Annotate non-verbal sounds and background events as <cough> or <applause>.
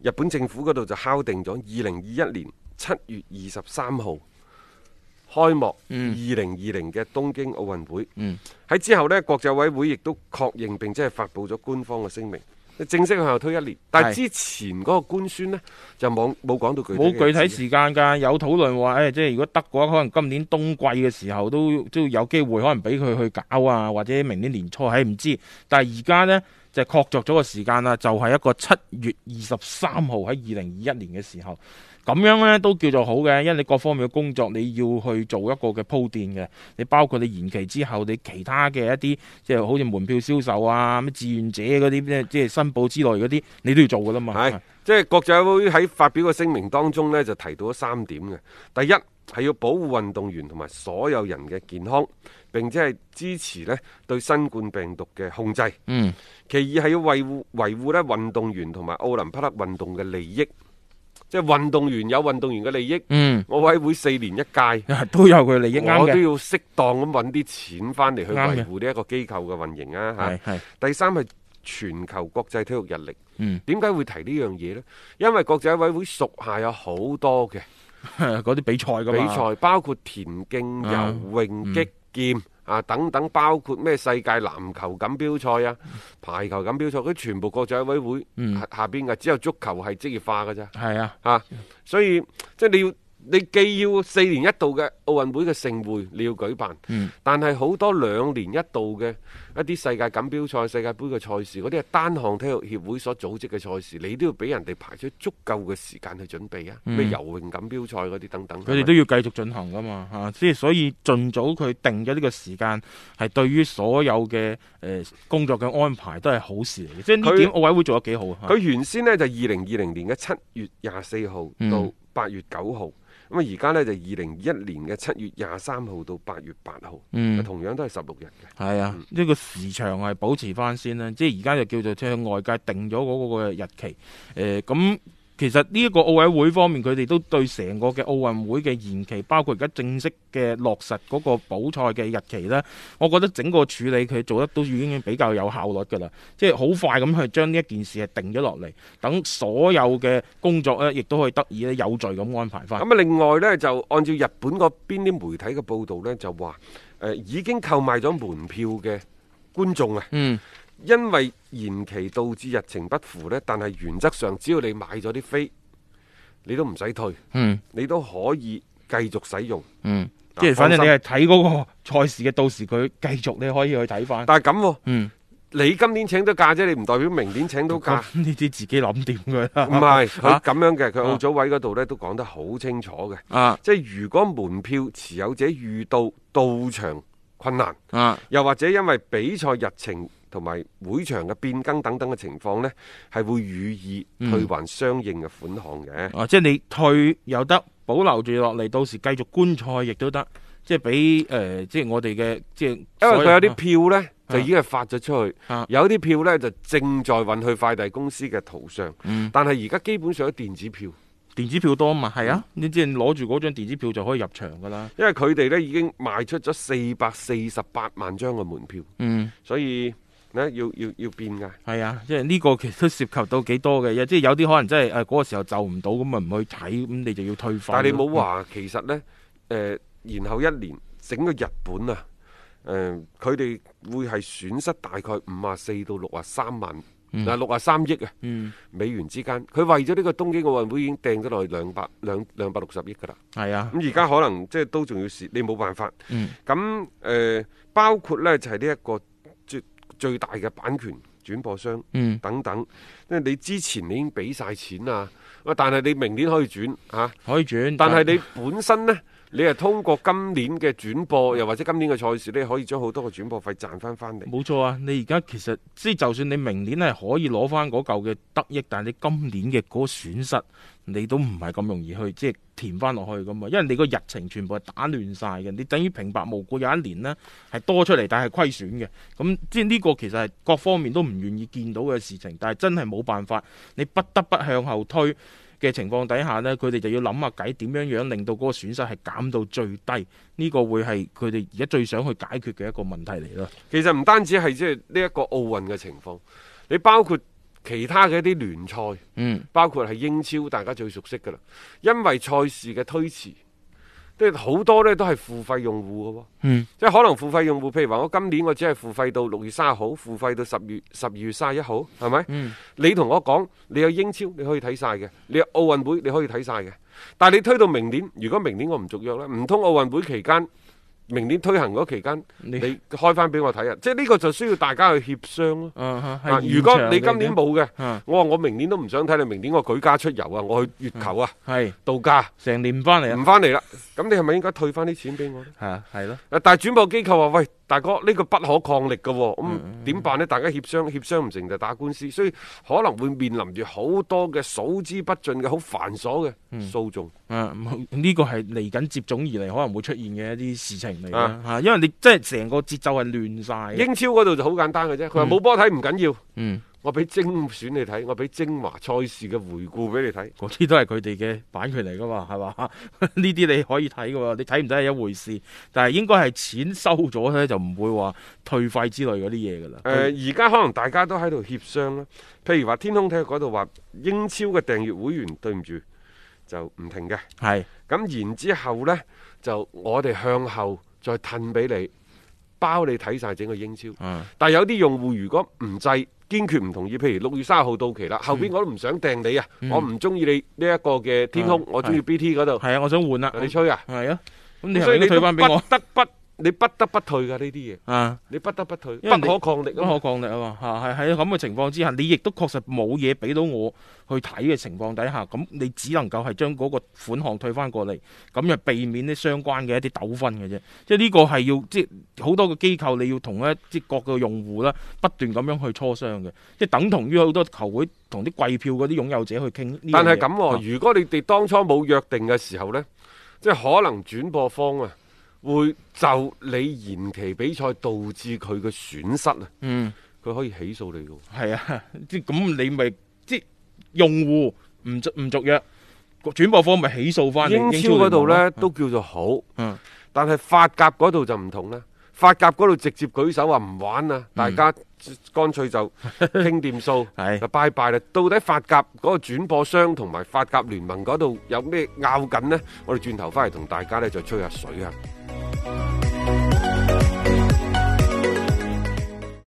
日本政府嗰度就敲定咗二零二一年七月二十三號開幕嗯二零二零嘅東京奧運會。喺、之後呢，國際委會亦都確認並且係發布咗官方嘅聲明，正式向後推一年。但係係之前嗰個官宣呢，就冇冇講到具體嘅冇具體日子時間㗎，有討論話，誒、哎即係如果得嘅話，可能今年冬季嘅時候都都有機會，可能俾佢去搞啊，或者明年年初，係唔知。但係而家呢，就確鑿咗個時間啦，就係、一個七月二十三號喺二零二一年嘅時候，咁樣呢都叫做好嘅，因為你各方面嘅工作你要去做一個嘅鋪墊嘅，你包括你延期之後，你其他嘅一啲即係好似門票銷售啊、咩志願者嗰啲咩即係申報之類嗰啲，你都要做㗎啦嘛。係，即係國際委會喺發表嘅聲明當中呢，就提到咗三點嘅。第一係要保護運動員同埋所有人嘅健康，並且係支持呢對新冠病毒嘅控制。嗯。其二係要維護維護咧運動員同埋奧林匹克運動嘅利益，即係運動員有運動員嘅利益。嗯。我委會四年一 <laughs> 屆，都有佢利益我啱都嘅，要適當咁揾啲錢翻嚟去啱嘅維護呢一個機構嘅運營啊嚇。係係第三係全球國際體育日曆。嗯點解會提呢樣嘢呢？因為國際委會屬下有好多嘅 <laughs> 嗰啲比賽㗎比嘛，賽，包括田徑、啊游泳、擊劍啊等等，包括咩世界籃球錦標賽啊、排球錦標賽，佢全部國際委會嗯下下邊嘅，只有足球係職業化㗎咋係啊，嚇。所以即係你要。你既要四年一度嘅奧運會嘅盛會，你要舉辦，嗯但係好多兩年一度嘅一啲世界錦標賽、世界盃嘅賽事，嗰啲係單項體育協會所組織嘅賽事，你都要俾人哋排出足夠嘅時間去準備啊！嗯咩、游泳錦標賽嗰啲等等，佢哋都要繼續進行㗎嘛，嚇、即係所以盡早佢定咗呢個時間，係對於所有嘅誒、呃工作嘅安排都係好事嚟嘅，即係佢呢點奧委會做得幾好啊！佢原先呢就二零二零年嘅七月廿四號嗯到八月九號，咁啊而家呢就二零二一年嘅七月廿三號到八月八號，嗯同樣都係十六日嘅。係啊，呢、個時長係保持翻先啦，即係而家就叫做即係外界定咗嗰個日期。誒、咁其實呢一個奧委會方面，佢哋都對成個嘅奧運會嘅延期，包括而家正式嘅落實嗰個補賽嘅日期呢，我覺得整個處理佢做得都已經比較有效率㗎啦，即係好快咁去將呢一件事係定咗落嚟，等所有嘅工作呢，亦都可以得以咧有序咁安排翻。咁啊，另外呢，就按照日本嗰邊啲媒體嘅報導呢，就話誒、呃已經購買咗門票嘅觀眾啊，嗯，因為延期導致日程不符呢，但係原則上只要你買咗啲飛，你都唔使退，嗯。你都可以繼續使用。嗯，啊即係放反正心你係睇嗰個賽事嘅，到時佢繼續你可以去睇翻。但係咁、喎，嗯，你今年請到假啫，你唔代表明年請到假。咁呢啲自己諗掂佢啦。唔係佢啊咁樣嘅，佢奧啊組委嗰度呢都講得好清楚嘅，啊即係如果門票持有者遇到到場困難，啊，又或者因為比賽日程同埋會場嘅變更等等嘅情況呢，係會予以嗯退還相應嘅款項嘅。啊即係你退又得，保留住落嚟，到時繼續觀賽亦都得。即係俾誒，即係我哋嘅即係，因為佢有啊啲票呢，啊就已經係發咗出去，啊有啲票呢，就正在運去快遞公司嘅途上，嗯但係而家基本上都電子票。電子票多啊嘛，係啊，你即係攞住嗰張電子票就可以入場㗎啦。因為佢哋呢已經賣出咗四百四十八萬張嘅門票，嗯。所以呢要要要變㗎。係啊，即係呢個其實都涉及到幾多嘅嘢，即係有啲可能真係呃誒嗰個時候就唔到，咁咪唔去睇，咁你就要退翻。但係你冇話其實呢，誒、呃然後一年整個日本啊，誒、佢哋會係損失大概五啊四到六啊三萬，嗱六啊三億啊嗯。美元之間。佢為咗呢個東京奧運會已經掟咗落去兩百兩兩百六十億㗎啦。係啊，咁而家可能即係都仲要蝕，你冇辦法。嗯咁誒、包括呢就係呢一個最最大嘅版權轉播商。嗯，等等，因為你之前你已經啊俾晒錢啦，喂但係你明年可以轉嚇、啊可以轉，但係你本身呢，你係通過今年嘅轉播，又或者今年嘅賽事，你可以將好多嘅轉播費賺翻翻嚟。冇錯啊！你而家其實即係就算你明年係可以攞翻嗰嚿嘅得益，但係你今年嘅嗰個損失，你都唔係咁容易去即係填翻落去噶嘛，因為你個日程全部係打亂晒嘅，你等於平白無故有一年呢係多出嚟，但係虧損嘅。咁即係呢個其實係各方面都唔願意見到嘅事情，但係真係冇辦法，你不得不向後推。嘅情況底下呢，佢哋就要諗下計點樣樣令到嗰個損失係減到最低，呢、個會係佢哋而家最想去解決嘅一個問題嚟咯。其實唔單止係即係呢一個奧運嘅情況，你包括其他嘅一啲聯賽，嗯，包括係英超，大家最熟悉噶啦。因為賽事嘅推遲，即係好多呢都係付費用戶嘅喎。嗯，即係可能付費用戶，譬如話我今年我只係付費到六月三十號，付費到十月十二月三十一號，係咪？嗯你同我講，你有英超你可以睇晒嘅，你有奧運會你可以睇晒嘅，但係你推到明年，如果明年我唔續約呢，唔通奧運會期間？明年推行嗰期間，你你開翻俾我睇啊！即係呢個就需要大家去協商咯。啊啊如果你今年冇嘅，啊我話我明年都唔想睇你，明年我舉家出遊啊，我去月球啊係度假，成年翻嚟啊，唔翻嚟啦。咁你係咪應該退翻啲錢俾我呢？係啊係咯，啊但係轉播機構話：喂，大哥，呢、個不可抗力嘅喎、咁點辦呢？大家協商，協商唔成就打官司，所以可能會面臨住好多嘅數之不盡嘅好繁瑣嘅訴訟。啊冇呢個係嚟緊接踵而嚟可能會出現嘅一啲事情嚟啦啊嚇，因為你真係成個節奏係亂晒嘅。英超嗰度就好簡單嘅啫，佢話冇波睇唔緊要，嗯，我俾精選你睇，我俾精華賽事嘅回顧俾你睇。嗰啲都係佢哋嘅版權嚟噶嘛，係嘛？ <laughs> 呢啲你可以睇噶喎，你睇唔睇係一回事，但係應該係錢收咗咧就唔會話退費之類嗰啲嘢噶啦。誒而家可能大家都喺度協商啦，譬如話天空體育嗰度話英超嘅訂閱會員對唔住就唔停嘅，係咁然之後呢，就我哋向後再褪俾你，包你睇晒整個英超。啊，但係有啲用戶如果唔制，堅決唔同意，譬如六月三十號到期啦，後邊我都唔想訂你啊，嗯我唔中意你呢一個嘅天空，嗯我中意 BT 嗰度，係啊，我想換啦，你吹啊！係啊，咁你係所以咪應該你退都翻俾不我得不你不得不退㗎呢啲嘢，啊？你不得不退，因為不你可抗力不啊嘛可抗力啊嘛，嚇係喺咁嘅情況之下，你亦都確實冇嘢俾到我去睇嘅情況底下，咁你只能夠係將嗰個款項退翻過嚟，咁就避免呢相關嘅一啲糾紛嘅啫。即係呢個係要即係好多個機構你要同一即係各個用戶啦，不斷咁樣去磋商嘅，即係等同於好多球會同啲貴票嗰啲擁有者去傾呢樣嘢。但係咁啊喎，如果你哋當初冇約定嘅時候呢，即係可能轉播方啊，會就你延期比賽導致佢嘅損失啊，嗯。佢可以起訴你嘅喎。係啊，即係咁你咪即係用戶唔續唔續約，個轉播方咪起訴翻英超嗰度呢，都叫做好，啊嗯但係法甲嗰度就唔同啦。法甲嗰度直接舉手話唔玩啦，大家乾脆就傾掂數，係就拜拜啦。到底法甲嗰個轉播商同埋法甲聯盟嗰度有咩拗緊呢？我哋轉頭翻嚟同大家呢，就吹下水啊！